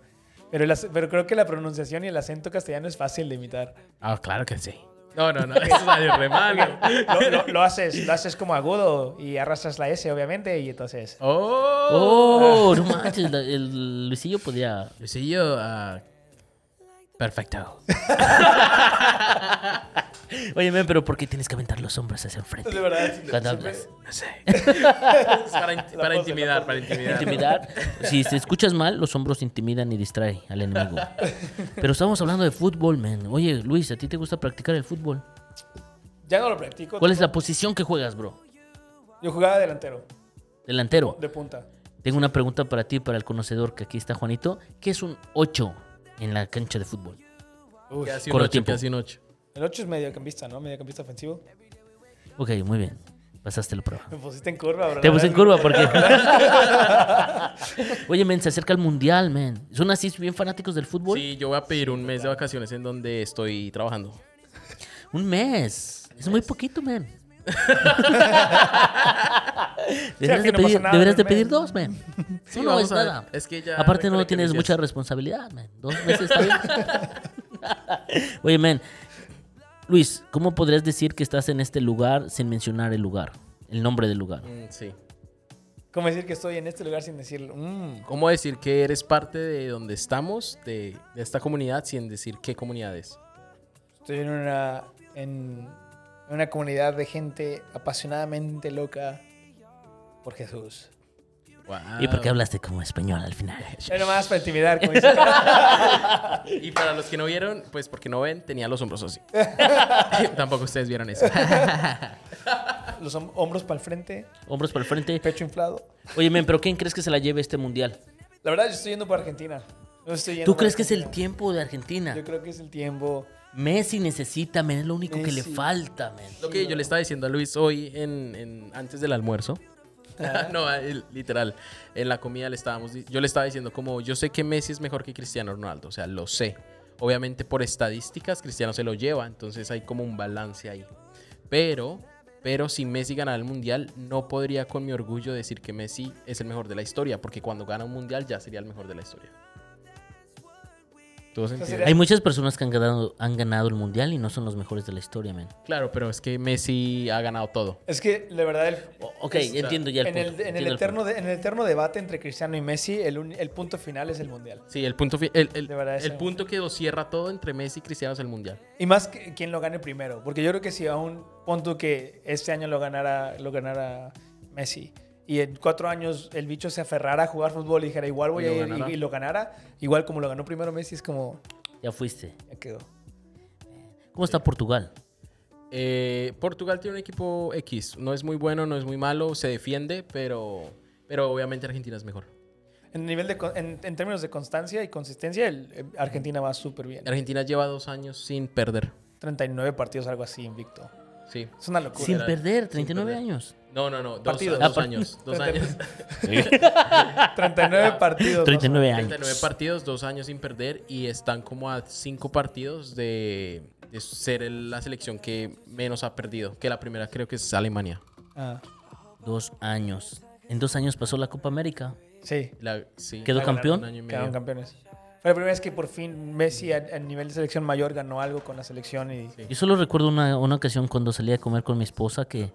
[SPEAKER 3] Pero, el ac- pero creo que la pronunciación y el acento castellano es fácil de imitar.
[SPEAKER 2] Ah, claro que sí. No, no, no. Eso salió re mal.
[SPEAKER 3] Lo, lo- lo haces, lo haces como agudo y arrastras la S, obviamente, y entonces...
[SPEAKER 2] ¡Oh!
[SPEAKER 1] ¡Oh! No manches, la- el Luisillo podía...
[SPEAKER 2] Luisillo, ah, perfecto.
[SPEAKER 1] Oye, men, pero ¿por qué tienes que aventar los hombros hacia el frente?
[SPEAKER 3] verdad,
[SPEAKER 1] Cuando hablas.
[SPEAKER 2] No sé. Es para, in- para intimidar, para intimidar.
[SPEAKER 1] Intimidar. Si te escuchas mal, los hombros intimidan y distraen al enemigo. Pero estamos hablando de fútbol, men. Oye, Luis, ¿a ti te gusta practicar el fútbol?
[SPEAKER 3] ya no lo practico.
[SPEAKER 1] ¿Cuál es la posición que juegas, bro?
[SPEAKER 3] Yo jugaba delantero,
[SPEAKER 1] Delantero.
[SPEAKER 3] de punta.
[SPEAKER 1] Tengo una pregunta para ti, para el conocedor que aquí está Juanito. ¿Qué es un 8 en la cancha de fútbol?
[SPEAKER 3] Uf,
[SPEAKER 2] Casi un
[SPEAKER 1] Corre
[SPEAKER 2] ocho,
[SPEAKER 1] tiempo.
[SPEAKER 2] casi un ocho.
[SPEAKER 3] El 8 es mediocampista, ¿no? Mediocampista ofensivo.
[SPEAKER 1] Ok, muy bien. Pasaste la prueba.
[SPEAKER 3] Me pusiste en curva, bro.
[SPEAKER 1] Te puse en curva porque... Oye, men, se acerca el mundial, men. ¿Son así bien fanáticos del fútbol?
[SPEAKER 2] Sí, yo voy a pedir un mes de vacaciones en donde estoy trabajando.
[SPEAKER 1] Un mes. Es muy poquito, men. deberías
[SPEAKER 3] Sí, aquí
[SPEAKER 1] de
[SPEAKER 3] no pasa
[SPEAKER 1] pedir,
[SPEAKER 3] nada
[SPEAKER 1] deberías de
[SPEAKER 3] en un
[SPEAKER 1] pedir
[SPEAKER 3] mes.
[SPEAKER 1] dos, men.
[SPEAKER 2] Sí,
[SPEAKER 1] Uno
[SPEAKER 2] vamos
[SPEAKER 1] es
[SPEAKER 2] a ver.
[SPEAKER 1] nada.
[SPEAKER 2] Es que ya
[SPEAKER 1] Aparte
[SPEAKER 2] recuerda
[SPEAKER 1] no
[SPEAKER 2] que
[SPEAKER 1] tienes
[SPEAKER 2] empiezas.
[SPEAKER 1] mucha responsabilidad, men. Dos meses está bien. Oye, men. Luis, ¿cómo podrías decir que estás en este lugar sin mencionar el lugar? El nombre del lugar.
[SPEAKER 2] Mm, sí.
[SPEAKER 3] ¿Cómo decir que estoy en este lugar sin decirlo? Mm.
[SPEAKER 2] ¿Cómo decir que eres parte de donde estamos, de, de esta comunidad, sin decir qué comunidad es?
[SPEAKER 3] Estoy en una, en una comunidad de gente apasionadamente loca por Jesús.
[SPEAKER 2] Wow.
[SPEAKER 1] ¿Y por qué hablaste como español al final?
[SPEAKER 3] Ya nomás para intimidar, como dice.
[SPEAKER 2] Y para los que no vieron, pues porque no ven, tenía los hombros así. Tampoco ustedes vieron eso.
[SPEAKER 3] Los hom- hombros para el frente,
[SPEAKER 1] Hombros para el frente.
[SPEAKER 3] pecho inflado.
[SPEAKER 1] Oye, men, ¿pero quién crees que se la lleve este mundial?
[SPEAKER 3] La verdad, yo estoy yendo por Argentina. Yo estoy yendo
[SPEAKER 1] ¿Tú
[SPEAKER 3] por
[SPEAKER 1] crees que es el
[SPEAKER 3] Argentina.
[SPEAKER 1] tiempo de Argentina?
[SPEAKER 3] Yo creo que es el tiempo.
[SPEAKER 1] Messi necesita, men, es lo único que le
[SPEAKER 3] Messi.
[SPEAKER 1] falta, men.
[SPEAKER 2] Lo que yo le estaba diciendo a Luis hoy en, en- antes del almuerzo. no, eh, literal. En la comida le estábamos, di- yo le estaba diciendo como yo sé que Messi es mejor que Cristiano Ronaldo, o sea, lo sé. Obviamente por estadísticas Cristiano se lo lleva, entonces hay como un balance ahí. Pero pero si Messi ganara el mundial no podría con mi orgullo decir que Messi es el mejor de la historia, porque cuando gana un mundial ya sería el mejor de la historia. ¿Tuvo sentido?
[SPEAKER 3] sería-
[SPEAKER 1] Hay muchas personas que han ganado, han ganado el mundial y no son los mejores de la historia, men.
[SPEAKER 2] Claro, pero es que Messi ha ganado todo.
[SPEAKER 3] Es que, la verdad, el-
[SPEAKER 1] Ok,
[SPEAKER 3] es-
[SPEAKER 1] entiendo ya el
[SPEAKER 3] en,
[SPEAKER 1] punto.
[SPEAKER 3] el, en, el
[SPEAKER 1] entiendo el
[SPEAKER 3] eterno
[SPEAKER 1] punto.
[SPEAKER 3] de- en el eterno debate entre Cristiano y Messi, el, un- el punto final es el mundial.
[SPEAKER 2] Sí, el punto, fi- el, el-
[SPEAKER 3] De verdad,
[SPEAKER 2] el
[SPEAKER 3] sí.
[SPEAKER 2] punto que lo cierra todo entre Messi y Cristiano es el mundial.
[SPEAKER 3] Y más que quien lo gane primero, porque yo creo que si aún pon tú que este año lo ganara, lo ganara Messi y en cuatro años el bicho se aferrara a jugar fútbol y dijera igual voy
[SPEAKER 2] Y
[SPEAKER 3] a
[SPEAKER 2] lo
[SPEAKER 3] ir
[SPEAKER 2] ganara.
[SPEAKER 3] y, y lo ganara, igual como lo ganó primero Messi es como
[SPEAKER 1] Ya fuiste.
[SPEAKER 3] ya quedó.
[SPEAKER 1] ¿Cómo está Portugal?
[SPEAKER 2] Eh, Portugal tiene un equipo X. No es muy bueno, no es muy malo, se defiende, pero, pero obviamente Argentina es mejor.
[SPEAKER 3] En nivel de con- en, en términos de constancia y consistencia el- eh, Argentina va súper bien.
[SPEAKER 2] Argentina lleva dos años sin perder.
[SPEAKER 3] 39 partidos algo así invicto.
[SPEAKER 2] Sí.
[SPEAKER 3] Es una locura.
[SPEAKER 1] Sin
[SPEAKER 2] era-
[SPEAKER 1] perder,
[SPEAKER 2] sin
[SPEAKER 1] 39
[SPEAKER 2] perder.
[SPEAKER 1] años.
[SPEAKER 2] No, no, no. Dos,
[SPEAKER 3] Partidos.
[SPEAKER 2] dos
[SPEAKER 1] Ah,
[SPEAKER 2] años. Dos años.
[SPEAKER 3] 39 partidos. más o
[SPEAKER 1] 39
[SPEAKER 2] 39
[SPEAKER 1] años.
[SPEAKER 2] partidos, dos años sin perder y están como a cinco partidos de, de ser el- la selección que menos ha perdido. Que la primera creo que es Alemania.
[SPEAKER 3] menos. Ah,
[SPEAKER 1] Dos años. En dos años pasó la Copa América.
[SPEAKER 3] sí.
[SPEAKER 2] La- sí.
[SPEAKER 1] ¿Quedó
[SPEAKER 2] Un
[SPEAKER 3] ganaron
[SPEAKER 1] campeón?
[SPEAKER 2] año y medio.
[SPEAKER 3] Quedaron campeones. Fue la primera vez que por fin Messi a, a nivel de selección mayor ganó algo con la selección y
[SPEAKER 1] Yo solo recuerdo una, una ocasión cuando salí a comer con mi esposa que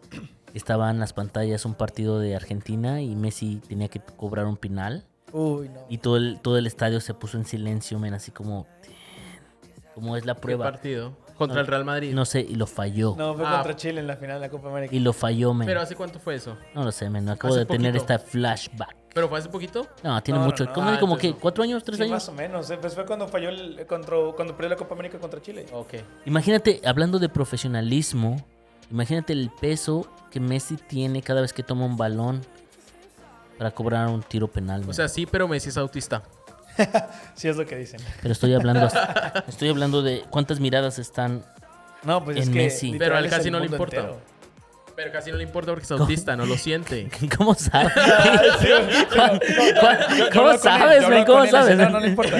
[SPEAKER 1] estaba en las pantallas un partido de Argentina y Messi tenía que cobrar un penal
[SPEAKER 3] Uy, no.
[SPEAKER 1] y todo el, todo el estadio se puso en silencio, men, así como... Como es la
[SPEAKER 2] ¿Qué
[SPEAKER 1] prueba.
[SPEAKER 2] partido? Contra el Real Madrid.
[SPEAKER 1] No sé, y lo falló.
[SPEAKER 3] No, fue
[SPEAKER 2] Ah.
[SPEAKER 3] contra Chile en la final de la Copa América.
[SPEAKER 1] Y lo falló, men.
[SPEAKER 2] Pero ¿hace cuánto fue eso?
[SPEAKER 1] No lo sé, men. Acabo
[SPEAKER 2] Hace
[SPEAKER 1] de tener
[SPEAKER 2] poquito.
[SPEAKER 1] esta flashback.
[SPEAKER 2] ¿Pero fue hace poquito?
[SPEAKER 1] No, tiene
[SPEAKER 3] No, no,
[SPEAKER 1] mucho.
[SPEAKER 3] no.
[SPEAKER 1] ¿Cómo
[SPEAKER 2] Ah,
[SPEAKER 1] es? como que
[SPEAKER 2] entonces no.
[SPEAKER 1] cuatro años, tres
[SPEAKER 3] Sí,
[SPEAKER 1] años.
[SPEAKER 3] más o menos. eh, Pues fue cuando falló el, contra, cuando perdió la Copa América contra Chile.
[SPEAKER 2] Ok.
[SPEAKER 1] Imagínate, hablando de profesionalismo, imagínate el peso que Messi tiene cada vez que toma un balón para cobrar un tiro penal.
[SPEAKER 2] O
[SPEAKER 1] man.
[SPEAKER 2] sea, sí, pero Messi es autista.
[SPEAKER 3] Sí, es lo que dicen.
[SPEAKER 1] Pero estoy hablando, hasta- estoy hablando de cuántas miradas están.
[SPEAKER 3] No, pues es
[SPEAKER 1] En
[SPEAKER 3] que
[SPEAKER 1] Messi.
[SPEAKER 3] literal
[SPEAKER 2] Pero a él
[SPEAKER 3] es el
[SPEAKER 2] casi no le
[SPEAKER 3] mundo
[SPEAKER 2] importa.
[SPEAKER 3] entero.
[SPEAKER 2] Pero casi no le importa porque es autista, no lo siente.
[SPEAKER 1] ¿Cómo sabes? ¿Cuál-
[SPEAKER 3] Ah, Yo-
[SPEAKER 1] cuál-
[SPEAKER 3] yo
[SPEAKER 1] ¿Cómo
[SPEAKER 3] hablo con él,
[SPEAKER 1] sabes,
[SPEAKER 3] yo
[SPEAKER 1] man? ¿Cómo
[SPEAKER 3] hablo con él,
[SPEAKER 1] sabes?
[SPEAKER 3] así, No, no le importa.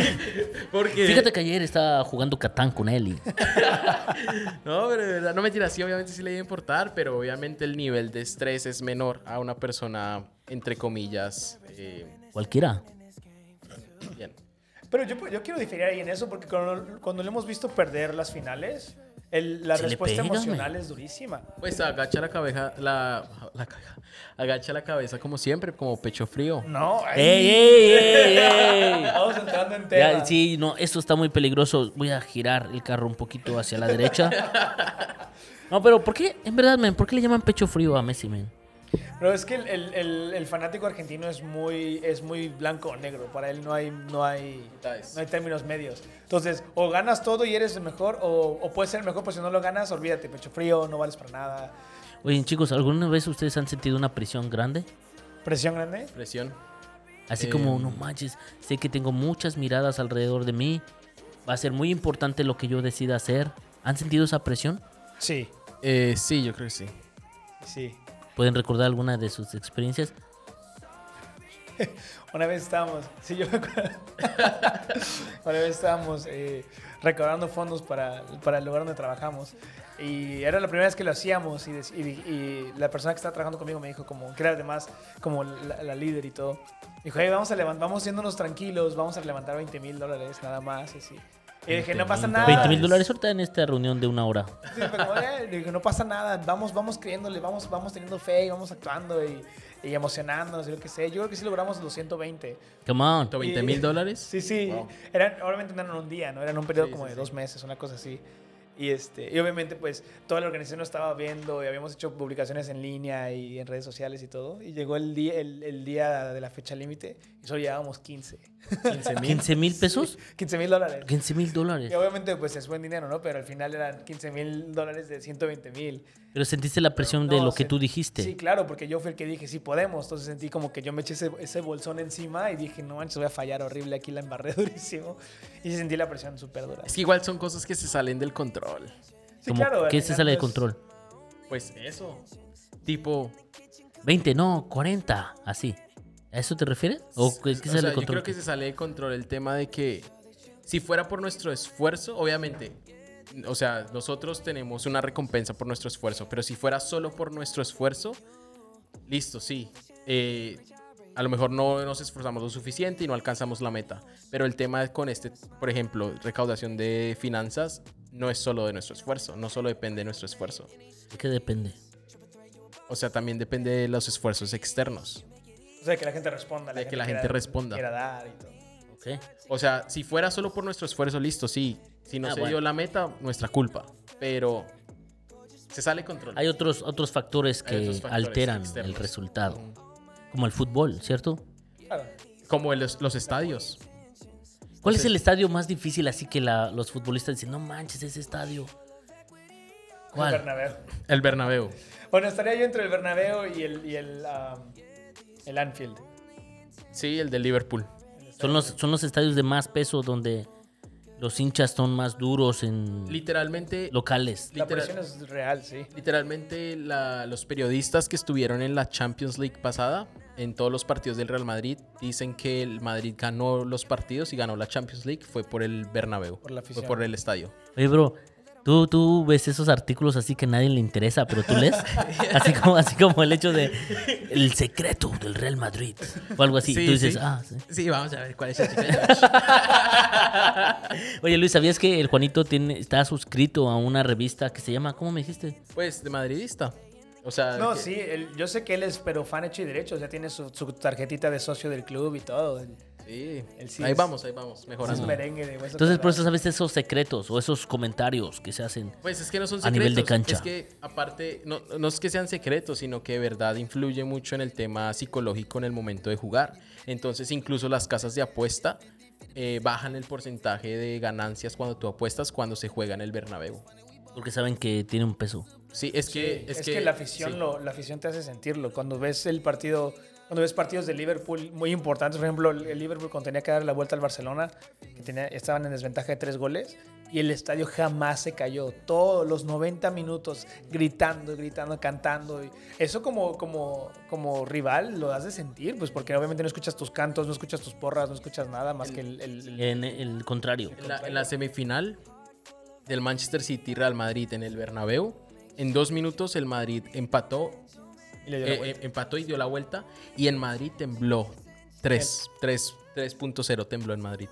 [SPEAKER 2] Porque...
[SPEAKER 1] Fíjate que ayer estaba jugando Catán con él y
[SPEAKER 2] No, pero de verdad, no mentira, sí, obviamente sí le iba a importar, pero obviamente el nivel de estrés es menor a una persona, entre comillas, eh,
[SPEAKER 1] cualquiera.
[SPEAKER 2] bien.
[SPEAKER 3] Pero yo, yo quiero diferir ahí en eso porque cuando, cuando lo hemos visto perder las finales, el- la
[SPEAKER 1] Se le
[SPEAKER 3] respuesta
[SPEAKER 1] pega,
[SPEAKER 3] emocional
[SPEAKER 1] man.
[SPEAKER 3] es durísima.
[SPEAKER 2] Pues agacha la cabeza, la, la caja- agacha la cabeza como siempre, como pecho frío.
[SPEAKER 3] No, ahí-
[SPEAKER 1] ¡Ey, ey, ey, ey!
[SPEAKER 3] Vamos entrando en tema.
[SPEAKER 1] Ya, sí, no, esto está muy peligroso. Voy a girar el carro un poquito hacia la derecha. No, pero ¿por qué? En verdad, men, ¿por qué le llaman pecho frío a Messi, men?
[SPEAKER 3] Pero es que el, el- el- el fanático argentino es muy, es muy blanco o negro. Para él no hay, no, hay,
[SPEAKER 2] Mitades.
[SPEAKER 3] no hay términos medios. Entonces, o ganas todo y eres el mejor, o, o puedes ser el mejor, pues si no lo ganas, olvídate, pecho frío, no vales para nada.
[SPEAKER 1] Oye, chicos, ¿alguna vez ustedes han sentido una presión grande?
[SPEAKER 3] Presión grande.
[SPEAKER 2] Presión.
[SPEAKER 1] Así
[SPEAKER 2] Eh,
[SPEAKER 1] como, no manches, sé que tengo muchas miradas alrededor de mí. Va a ser muy importante lo que yo decida hacer. ¿Han sentido esa presión?
[SPEAKER 3] Sí,
[SPEAKER 2] Eh, sí, yo creo que sí.
[SPEAKER 3] sí.
[SPEAKER 1] ¿Pueden recordar alguna de sus experiencias?
[SPEAKER 3] Una vez estábamos, sí, yo me acuerdo. Una vez estábamos eh, recaudando fondos para, para el lugar donde trabajamos. Y era la primera vez que lo hacíamos. Y, dec- y di- y la persona que estaba trabajando conmigo me dijo, como que era además como la, la líder y todo. Dijo, hey, vamos a levantar, vamos yéndonos tranquilos, vamos a levantar 20 mil dólares nada más. Y, así. y dije, no pasa nada.
[SPEAKER 1] 20 mil dólares ahorita en esta reunión de una hora.
[SPEAKER 3] Sí, pero como, eh, le digo, no pasa nada, vamos, vamos creyéndole, vamos, vamos teniendo fe y vamos actuando y, y emocionándonos y lo que sé. Yo creo que sí logramos los 120.
[SPEAKER 1] Come on.
[SPEAKER 2] 120 mil dólares.
[SPEAKER 3] Sí, sí.
[SPEAKER 2] Wow.
[SPEAKER 3] Eran, obviamente no eran un día, ¿no? Eran un periodo
[SPEAKER 2] Sí,
[SPEAKER 3] como
[SPEAKER 2] sí,
[SPEAKER 3] de
[SPEAKER 2] sí.
[SPEAKER 3] dos meses, una cosa así. Y, este, y obviamente, pues, toda la organización lo estaba viendo y habíamos hecho publicaciones en línea y en redes sociales y todo. Y llegó el día, el, el día de la fecha límite y solo llevábamos 15.
[SPEAKER 2] 15 mil.
[SPEAKER 1] 15 mil pesos.
[SPEAKER 3] 15 mil dólares.
[SPEAKER 1] 15 mil dólares.
[SPEAKER 3] Y obviamente, pues, es buen dinero, ¿no? Pero al final eran 15 mil dólares de 120 mil.
[SPEAKER 1] Pero sentiste la presión de
[SPEAKER 3] No,
[SPEAKER 1] lo que
[SPEAKER 3] se-
[SPEAKER 1] tú dijiste.
[SPEAKER 3] Sí, claro, porque yo fui el que dije, sí podemos. Entonces sentí como que yo me eché ese, ese bolsón encima y dije, no manches, voy a fallar horrible. Aquí la embarré durísimo. Y sí sentí la presión súper dura.
[SPEAKER 2] Es que igual son cosas que se salen del control.
[SPEAKER 3] Sí,
[SPEAKER 1] Como
[SPEAKER 3] claro, al
[SPEAKER 1] que se
[SPEAKER 3] final,
[SPEAKER 1] sale de
[SPEAKER 3] pues,
[SPEAKER 1] control.
[SPEAKER 2] Pues eso. Tipo,
[SPEAKER 1] 20, no, 40, así. ¿A eso te refieres? ¿O qué, qué
[SPEAKER 2] O
[SPEAKER 1] sale de
[SPEAKER 2] sea, yo creo
[SPEAKER 1] control?
[SPEAKER 2] que se sale de control el tema de que si fuera por nuestro esfuerzo, obviamente, o sea, nosotros tenemos una recompensa por nuestro esfuerzo, pero si fuera solo por nuestro esfuerzo, listo, sí. eh, a lo mejor no nos esforzamos lo suficiente y no alcanzamos la meta. Pero el tema con este, por ejemplo, recaudación de finanzas, no es solo de nuestro esfuerzo, no solo depende de nuestro esfuerzo.
[SPEAKER 1] ¿De qué depende?
[SPEAKER 2] O sea, también depende de los esfuerzos externos.
[SPEAKER 3] O sea, que la gente responda.
[SPEAKER 2] De que la gente
[SPEAKER 3] quiera-
[SPEAKER 2] responda.
[SPEAKER 3] Quiera dar y todo.
[SPEAKER 1] Ok.
[SPEAKER 2] O sea, si fuera solo por nuestro esfuerzo, listo, sí. Si no
[SPEAKER 1] Ah,
[SPEAKER 2] se
[SPEAKER 1] bueno.
[SPEAKER 2] dio la meta, nuestra culpa. Pero se sale de control.
[SPEAKER 1] Hay otros, otros factores que
[SPEAKER 2] Hay otros factores
[SPEAKER 1] alteran
[SPEAKER 2] externos.
[SPEAKER 1] el resultado, como el fútbol, ¿cierto?
[SPEAKER 3] Claro.
[SPEAKER 2] Como el- los estadios.
[SPEAKER 1] ¿Cuál es
[SPEAKER 2] Entonces-
[SPEAKER 1] el estadio más difícil así que la- los futbolistas dicen, no manches, ese estadio?
[SPEAKER 3] El
[SPEAKER 1] ¿Cuál?
[SPEAKER 3] Bernabéu.
[SPEAKER 2] El Bernabéu.
[SPEAKER 3] Bueno, estaría yo entre el Bernabéu y el, y el, um, el Anfield.
[SPEAKER 2] Sí, el de Liverpool.
[SPEAKER 1] Son los, son los estadios de más peso donde los hinchas son más duros en
[SPEAKER 2] Literalmente,
[SPEAKER 1] locales.
[SPEAKER 3] La
[SPEAKER 2] literal-
[SPEAKER 3] presión es real, sí.
[SPEAKER 2] literalmente la- los periodistas que estuvieron en la Champions League pasada, en todos los partidos del Real Madrid, dicen que el Madrid ganó los partidos y ganó la Champions League. Fue por el Bernabéu.
[SPEAKER 3] Por la
[SPEAKER 2] fue
[SPEAKER 3] afición.
[SPEAKER 2] por el estadio.
[SPEAKER 1] Oye, bro, ¿tú, tú ves esos artículos así que a nadie le interesa, pero tú lees. así, como, así como el hecho de el secreto del Real Madrid o algo así. y
[SPEAKER 2] Sí,
[SPEAKER 1] tú dices,
[SPEAKER 2] sí.
[SPEAKER 1] ah, sí.
[SPEAKER 2] Sí, vamos a ver cuál es el chico de la
[SPEAKER 1] Oye, Luis, ¿sabías que el Juanito tiene, está suscrito a una revista que se llama, ¿cómo me dijiste?
[SPEAKER 2] Pues de madridista. O
[SPEAKER 1] Ah,
[SPEAKER 2] sea,
[SPEAKER 3] No,
[SPEAKER 2] que-
[SPEAKER 3] sí, él- yo sé que él es pero fan hecho y derecho, ya tiene su, su tarjetita de socio del club y todo.
[SPEAKER 2] Sí, Sí.
[SPEAKER 3] Él sí
[SPEAKER 2] ahí
[SPEAKER 3] es-
[SPEAKER 2] vamos, ahí vamos,
[SPEAKER 3] Ese es
[SPEAKER 2] mejorando.
[SPEAKER 3] merengue de hueso
[SPEAKER 1] Entonces, por
[SPEAKER 3] colorado.
[SPEAKER 1] eso sabes esos secretos o esos comentarios que se hacen.
[SPEAKER 2] Pues es que no son
[SPEAKER 1] A
[SPEAKER 2] secretos.
[SPEAKER 1] nivel de cancha.
[SPEAKER 2] Es que aparte, no, no es que sean secretos, sino que de verdad influye mucho en el tema psicológico en el momento de jugar. Entonces, incluso las casas de apuesta eh, bajan el porcentaje de ganancias cuando tú apuestas cuando se juega en el Bernabéu.
[SPEAKER 1] Porque saben que tiene un peso.
[SPEAKER 2] Sí, es que...
[SPEAKER 3] Es, que, la afición
[SPEAKER 2] sí.
[SPEAKER 3] lo- la afición te hace sentirlo. Cuando ves el partido, cuando ves partidos de Liverpool muy importantes, por ejemplo, el el Liverpool cuando tenía que dar la vuelta al Barcelona, que tenía- estaban en desventaja de tres goles, y el estadio jamás se cayó. Todos los 90 minutos gritando, gritando, cantando. y eso como, como, como rival lo hace sentir, pues porque obviamente no escuchas tus cantos, no escuchas tus porras, no escuchas nada más que el- el- el
[SPEAKER 1] En el contrario.
[SPEAKER 2] En la, en la semifinal del Manchester City Real Madrid en el Bernabéu, en dos minutos el Madrid empató,
[SPEAKER 3] y le dio la
[SPEAKER 2] eh,
[SPEAKER 3] vuelta.
[SPEAKER 2] eh, empató y dio la vuelta, y en Madrid tembló 3, 3, 3.0 tembló en Madrid.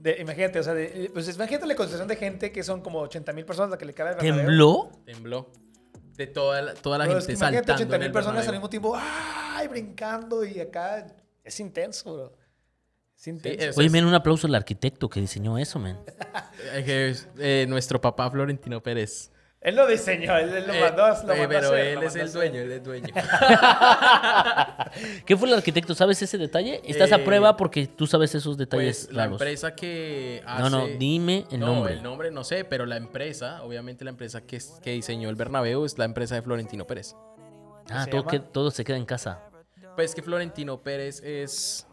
[SPEAKER 3] De- imagínate, o sea, de- pues imagínate la concentración de gente que son como 80 mil personas la que le cabe al Bernabéu.
[SPEAKER 1] ¿Tembló?
[SPEAKER 2] Tembló. De toda la, toda la
[SPEAKER 3] Pero es
[SPEAKER 2] gente
[SPEAKER 3] que imagínate
[SPEAKER 2] saltando.
[SPEAKER 3] 80
[SPEAKER 2] en el
[SPEAKER 3] mil personas al
[SPEAKER 2] Bernabéu.
[SPEAKER 3] mismo tiempo, ¡ay! brincando y acá. Es intenso, bro. Es intenso.
[SPEAKER 2] es-
[SPEAKER 1] Oye, men, un aplauso al arquitecto que diseñó eso, men.
[SPEAKER 2] Eh, que, eh, nuestro papá Florentino Pérez.
[SPEAKER 3] Él lo diseñó, él, él lo mandó, a- lo
[SPEAKER 2] Eh,
[SPEAKER 3] mandó
[SPEAKER 2] eh,
[SPEAKER 3] a
[SPEAKER 2] pero
[SPEAKER 3] hacer,
[SPEAKER 2] él
[SPEAKER 3] lo
[SPEAKER 2] es
[SPEAKER 3] mandó a
[SPEAKER 2] el
[SPEAKER 3] hacer.
[SPEAKER 2] dueño, él es dueño.
[SPEAKER 1] ¿Qué fue el arquitecto? ¿Sabes ese detalle? Estás a
[SPEAKER 2] Eh,
[SPEAKER 1] prueba porque tú sabes esos detalles
[SPEAKER 2] pues la
[SPEAKER 1] raros.
[SPEAKER 2] empresa que hace...
[SPEAKER 1] No, no, dime el
[SPEAKER 2] No,
[SPEAKER 1] nombre.
[SPEAKER 2] el nombre no sé, pero la empresa, obviamente la empresa que, es- que diseñó el Bernabéu es la empresa de Florentino Pérez.
[SPEAKER 1] Ah,
[SPEAKER 3] se
[SPEAKER 1] todo,
[SPEAKER 3] llama?
[SPEAKER 1] que- todo se queda en casa.
[SPEAKER 2] Pues que Florentino Pérez es...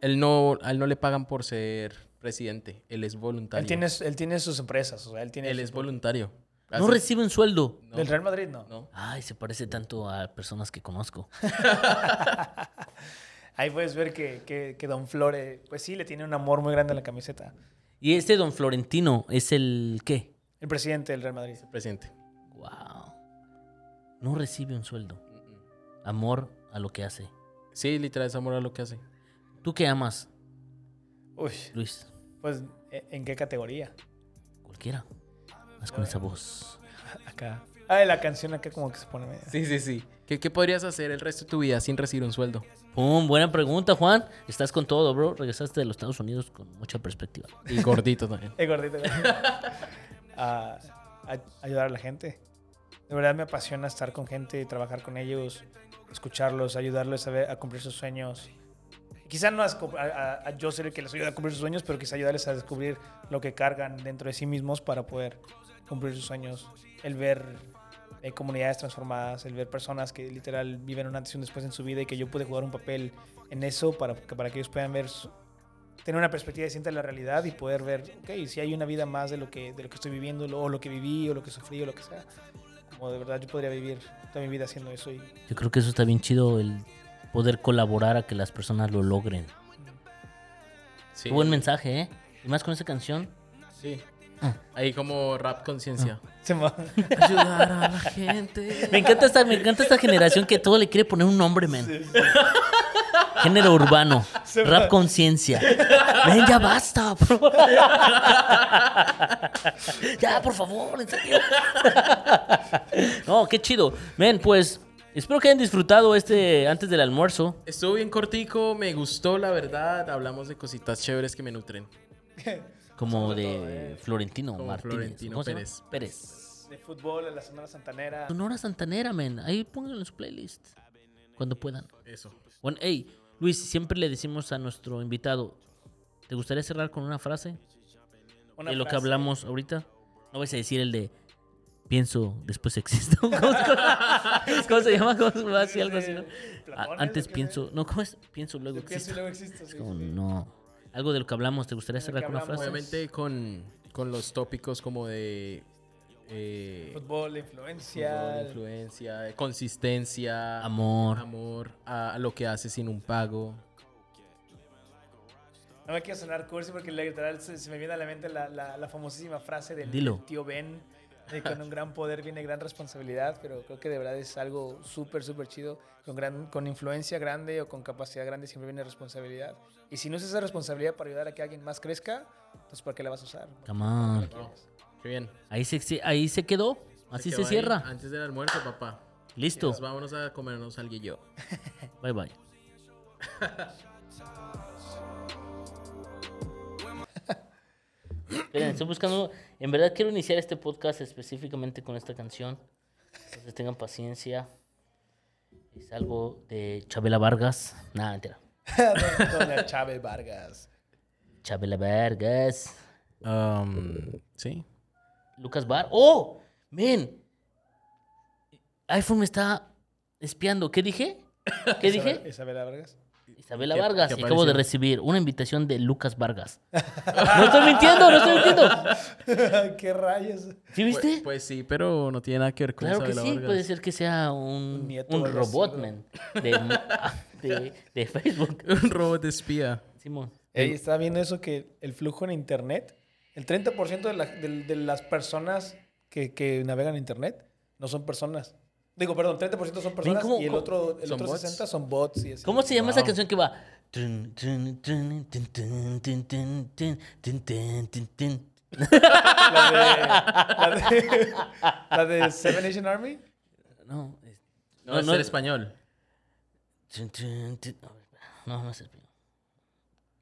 [SPEAKER 2] Él no, a él no le pagan por ser presidente, él es voluntario.
[SPEAKER 3] Él tiene, él tiene sus empresas, o sea, él tiene.
[SPEAKER 2] Él
[SPEAKER 3] su-
[SPEAKER 2] es voluntario.
[SPEAKER 1] No
[SPEAKER 2] Hace-
[SPEAKER 1] reciben sueldo.
[SPEAKER 2] no,
[SPEAKER 3] Del Real Madrid, no.
[SPEAKER 2] no.
[SPEAKER 1] Ay, se parece tanto a personas que conozco.
[SPEAKER 3] Ahí puedes ver que, que, que Don Flore, pues sí, le tiene un amor muy grande a la camiseta.
[SPEAKER 1] Y este don Florentino es el qué?
[SPEAKER 3] El presidente del Real Madrid.
[SPEAKER 2] Presidente.
[SPEAKER 1] Wow. No recibe un sueldo. Amor a lo que hace.
[SPEAKER 2] Sí, literal, es amor a lo que hace.
[SPEAKER 1] ¿Tú qué amas,
[SPEAKER 3] Uy,
[SPEAKER 1] Luis?
[SPEAKER 3] pues, ¿en en qué categoría?
[SPEAKER 1] Cualquiera. Más con esa voz.
[SPEAKER 3] Acá. Ah, la canción acá como que se pone medio.
[SPEAKER 2] Sí, sí, sí. ¿Qué, qué podrías hacer el resto de tu vida sin recibir un sueldo?
[SPEAKER 1] Pum, buena pregunta, Juan. Estás con todo, bro. Regresaste de los Estados Unidos con mucha perspectiva.
[SPEAKER 2] Y gordito también.
[SPEAKER 3] El gordito. a, a- ayudar a la gente. De verdad me apasiona estar con gente, trabajar con ellos, escucharlos, ayudarlos a, ver- a cumplir sus sueños. Quizá no a, a- a yo ser el que les ayude a cumplir sus sueños, pero quizá ayudarles a descubrir lo que cargan dentro de sí mismos para poder cumplir sus sueños. El ver eh, comunidades transformadas, el ver personas que literal viven un antes y un después en su vida y que yo pude jugar un papel en eso para que, para que ellos puedan ver su- tener una perspectiva distinta de la realidad y poder ver, ok, si hay una vida más de lo que, de lo que estoy viviendo, lo- o lo que viví, o lo que sufrí, o lo que sea. Como de verdad yo podría vivir toda mi vida haciendo eso. Y
[SPEAKER 1] Yo creo que eso está bien chido, el poder colaborar a que las personas lo logren.
[SPEAKER 2] Sí.
[SPEAKER 1] Qué buen mensaje, ¿eh? Y más con esa canción.
[SPEAKER 2] Sí. Ahí como rap conciencia.
[SPEAKER 3] se mo-
[SPEAKER 2] Ayudar a la gente.
[SPEAKER 1] Me encanta esta, me encanta esta generación que todo le quiere poner un nombre, men. Género urbano,
[SPEAKER 3] Se va.
[SPEAKER 1] rap conciencia. Ven, ya basta, bro. ya, por favor, en serio. no, qué chido. Men, pues, espero que hayan disfrutado este antes del almuerzo.
[SPEAKER 2] Estuvo bien cortico, me gustó la verdad. Hablamos de cositas chéveres que me nutren.
[SPEAKER 1] Como de Florentino
[SPEAKER 2] eh, Como
[SPEAKER 1] Martínez.
[SPEAKER 2] Florentino
[SPEAKER 1] ¿Cómo se llama?
[SPEAKER 2] Pérez.
[SPEAKER 1] Pérez.
[SPEAKER 3] de fútbol a la Semana Santanera.
[SPEAKER 1] Sonora Santanera, men. Ahí pónganlo en su playlist. Cuando puedan.
[SPEAKER 2] Eso.
[SPEAKER 1] Bueno, hey, Luis, siempre le decimos a nuestro invitado, ¿te gustaría cerrar con una frase
[SPEAKER 3] Una
[SPEAKER 1] de lo que
[SPEAKER 3] frase.
[SPEAKER 1] hablamos ahorita? No vais a decir el de pienso, después existo. ¿Cómo, se- cómo se llama? ¿Cómo se llama? Así, algo así, ¿no? A-
[SPEAKER 3] Platones,
[SPEAKER 1] antes
[SPEAKER 3] ¿o qué?
[SPEAKER 1] pienso, no, ¿cómo es? Pienso, luego
[SPEAKER 3] Yo pienso y
[SPEAKER 1] existo.
[SPEAKER 3] luego existo, sí,
[SPEAKER 1] Como,
[SPEAKER 3] sí.
[SPEAKER 1] no. Algo de lo que hablamos, ¿te gustaría
[SPEAKER 3] lo
[SPEAKER 1] cerrar
[SPEAKER 3] que
[SPEAKER 1] con una
[SPEAKER 3] hablamos.
[SPEAKER 1] frase?
[SPEAKER 2] Obviamente con, con los tópicos como de eh,
[SPEAKER 3] Fútbol, la influencia.
[SPEAKER 2] fútbol, influencia, de consistencia,
[SPEAKER 1] Amor.
[SPEAKER 2] amor a, a lo que hace sin un pago.
[SPEAKER 3] No me quiero sonar cursi porque literal se, se me viene a la mente la, la- la famosísima frase del
[SPEAKER 1] Dilo.
[SPEAKER 3] tío Ben, de con un gran poder viene gran responsabilidad, pero creo que de verdad es algo súper, súper chido. Con, gran, con influencia grande o con capacidad grande siempre viene responsabilidad. Y si no es esa responsabilidad para ayudar a que alguien más crezca, entonces ¿para qué la vas a usar?
[SPEAKER 1] Come on.
[SPEAKER 2] Qué bien.
[SPEAKER 1] Ahí se, se- ahí se quedó. Así se,
[SPEAKER 2] quedó ahí
[SPEAKER 1] cierra.
[SPEAKER 3] Ah,
[SPEAKER 2] Antes del almuerzo, papá.
[SPEAKER 1] Listo.
[SPEAKER 2] Pues vámonos a comernos alguillo.
[SPEAKER 1] Bye bye.
[SPEAKER 4] Thank
[SPEAKER 1] Esperen, estoy buscando. En verdad quiero iniciar este podcast específicamente con esta canción. Entonces tengan paciencia. Es algo de Chabela Vargas. Nada, entera.
[SPEAKER 3] Doña Chávez Vargas.
[SPEAKER 1] Chabela Vargas.
[SPEAKER 2] Um, sí.
[SPEAKER 1] Lucas Bar. ¡Oh! Men. iPhone me está espiando. ¿Qué dije? ¿Qué
[SPEAKER 3] Isabel-
[SPEAKER 1] dije?
[SPEAKER 3] Isabela Vargas.
[SPEAKER 1] Isabela
[SPEAKER 2] ¿Qué-
[SPEAKER 1] Vargas.
[SPEAKER 2] qué
[SPEAKER 1] Y acabo de
[SPEAKER 2] apareció?
[SPEAKER 1] recibir una invitación de Lucas Vargas. No estoy mintiendo, no estoy mintiendo.
[SPEAKER 3] ¿Qué rayos?
[SPEAKER 1] ¿Sí
[SPEAKER 2] Pues,
[SPEAKER 1] viste?
[SPEAKER 2] pues sí, pero no tiene nada que ver con
[SPEAKER 1] claro que
[SPEAKER 2] Isabela
[SPEAKER 1] sí.
[SPEAKER 2] Vargas.
[SPEAKER 1] Puede ser que sea un,
[SPEAKER 3] Un nieto
[SPEAKER 1] un
[SPEAKER 3] o algo así,
[SPEAKER 1] robot,
[SPEAKER 3] ¿no?
[SPEAKER 1] men. De, de- de Facebook.
[SPEAKER 2] Un robot de espía.
[SPEAKER 1] Simón.
[SPEAKER 3] Ey, está viendo eso que el flujo en Internet, el 30% de, la- de- de las personas que, que navegan en Internet no son personas. Digo, perdón, 30% son personas
[SPEAKER 1] cómo-
[SPEAKER 3] y el
[SPEAKER 1] cómo-
[SPEAKER 3] otro, el
[SPEAKER 2] ¿son
[SPEAKER 3] otro
[SPEAKER 2] bots?
[SPEAKER 3] 60% son bots. Y así.
[SPEAKER 1] ¿Cómo se llama esa
[SPEAKER 2] Wow.
[SPEAKER 1] canción que va? Tun, tun, tun, tun, tun, tun, tun, tun, tun, tun, tun, tun.
[SPEAKER 3] La de, la de, la de Seven Nation Army.
[SPEAKER 1] No, es-
[SPEAKER 2] No,
[SPEAKER 1] No,
[SPEAKER 2] es
[SPEAKER 1] no.
[SPEAKER 2] ser español.
[SPEAKER 1] tun, tun, tun. A ver, No, no es el primero.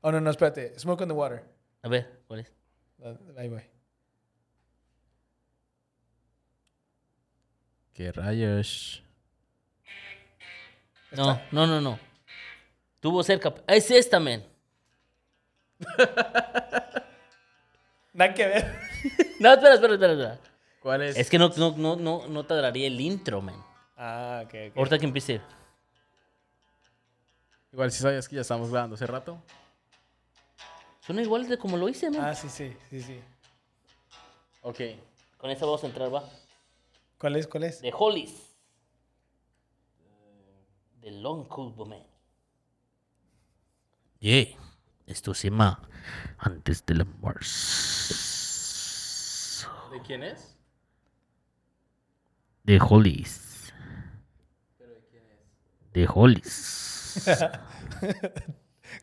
[SPEAKER 3] Oh, no, no, espérate. Smoke on the Water.
[SPEAKER 1] A ver, ¿cuál es?
[SPEAKER 3] Ah, Ahí voy.
[SPEAKER 2] Qué rayos.
[SPEAKER 1] No, no, no, no. Tuvo cerca. Es esta, men.
[SPEAKER 3] Nada que ver.
[SPEAKER 1] No, espera, espera, espera. espera.
[SPEAKER 2] ¿Cuál es?
[SPEAKER 1] Es que no, no, no, no, no tardaría el intro, men.
[SPEAKER 3] Ah, ok, ok.
[SPEAKER 1] Ahorita que empiece.
[SPEAKER 2] Igual si sabías que ya estamos grabando hace rato.
[SPEAKER 1] Suena igual de como lo hice, men.
[SPEAKER 3] Ah, sí, sí, sí, sí.
[SPEAKER 2] Ok.
[SPEAKER 1] Con esa vamos a entrar, va.
[SPEAKER 3] ¿Cuál es? ¿Cuál es?
[SPEAKER 1] De Hollies. De Long Cubo Man. Yeah. Esto se llama Antes de la Mars.
[SPEAKER 2] ¿De quién es?
[SPEAKER 1] De Hollies. De Hollies.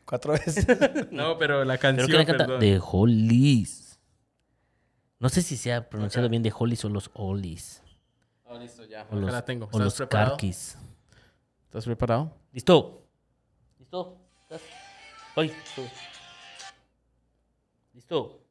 [SPEAKER 3] Cuatro veces.
[SPEAKER 2] No, pero la
[SPEAKER 1] Pero
[SPEAKER 2] canción,
[SPEAKER 1] que la canta
[SPEAKER 2] perdón.
[SPEAKER 1] de Hollies. No sé si se ha pronunciado bien de Hollies o los Hollies.
[SPEAKER 2] Ah, listo, ya.
[SPEAKER 1] O
[SPEAKER 2] Acá
[SPEAKER 1] los,
[SPEAKER 2] la tengo.
[SPEAKER 1] o
[SPEAKER 2] ¿Estás
[SPEAKER 1] los
[SPEAKER 2] preparado?
[SPEAKER 1] Carquis.
[SPEAKER 2] ¿Estás preparado?
[SPEAKER 1] ¿Listo? ¿Listo? ¿Estás? Ay, estoy. ¿Listo?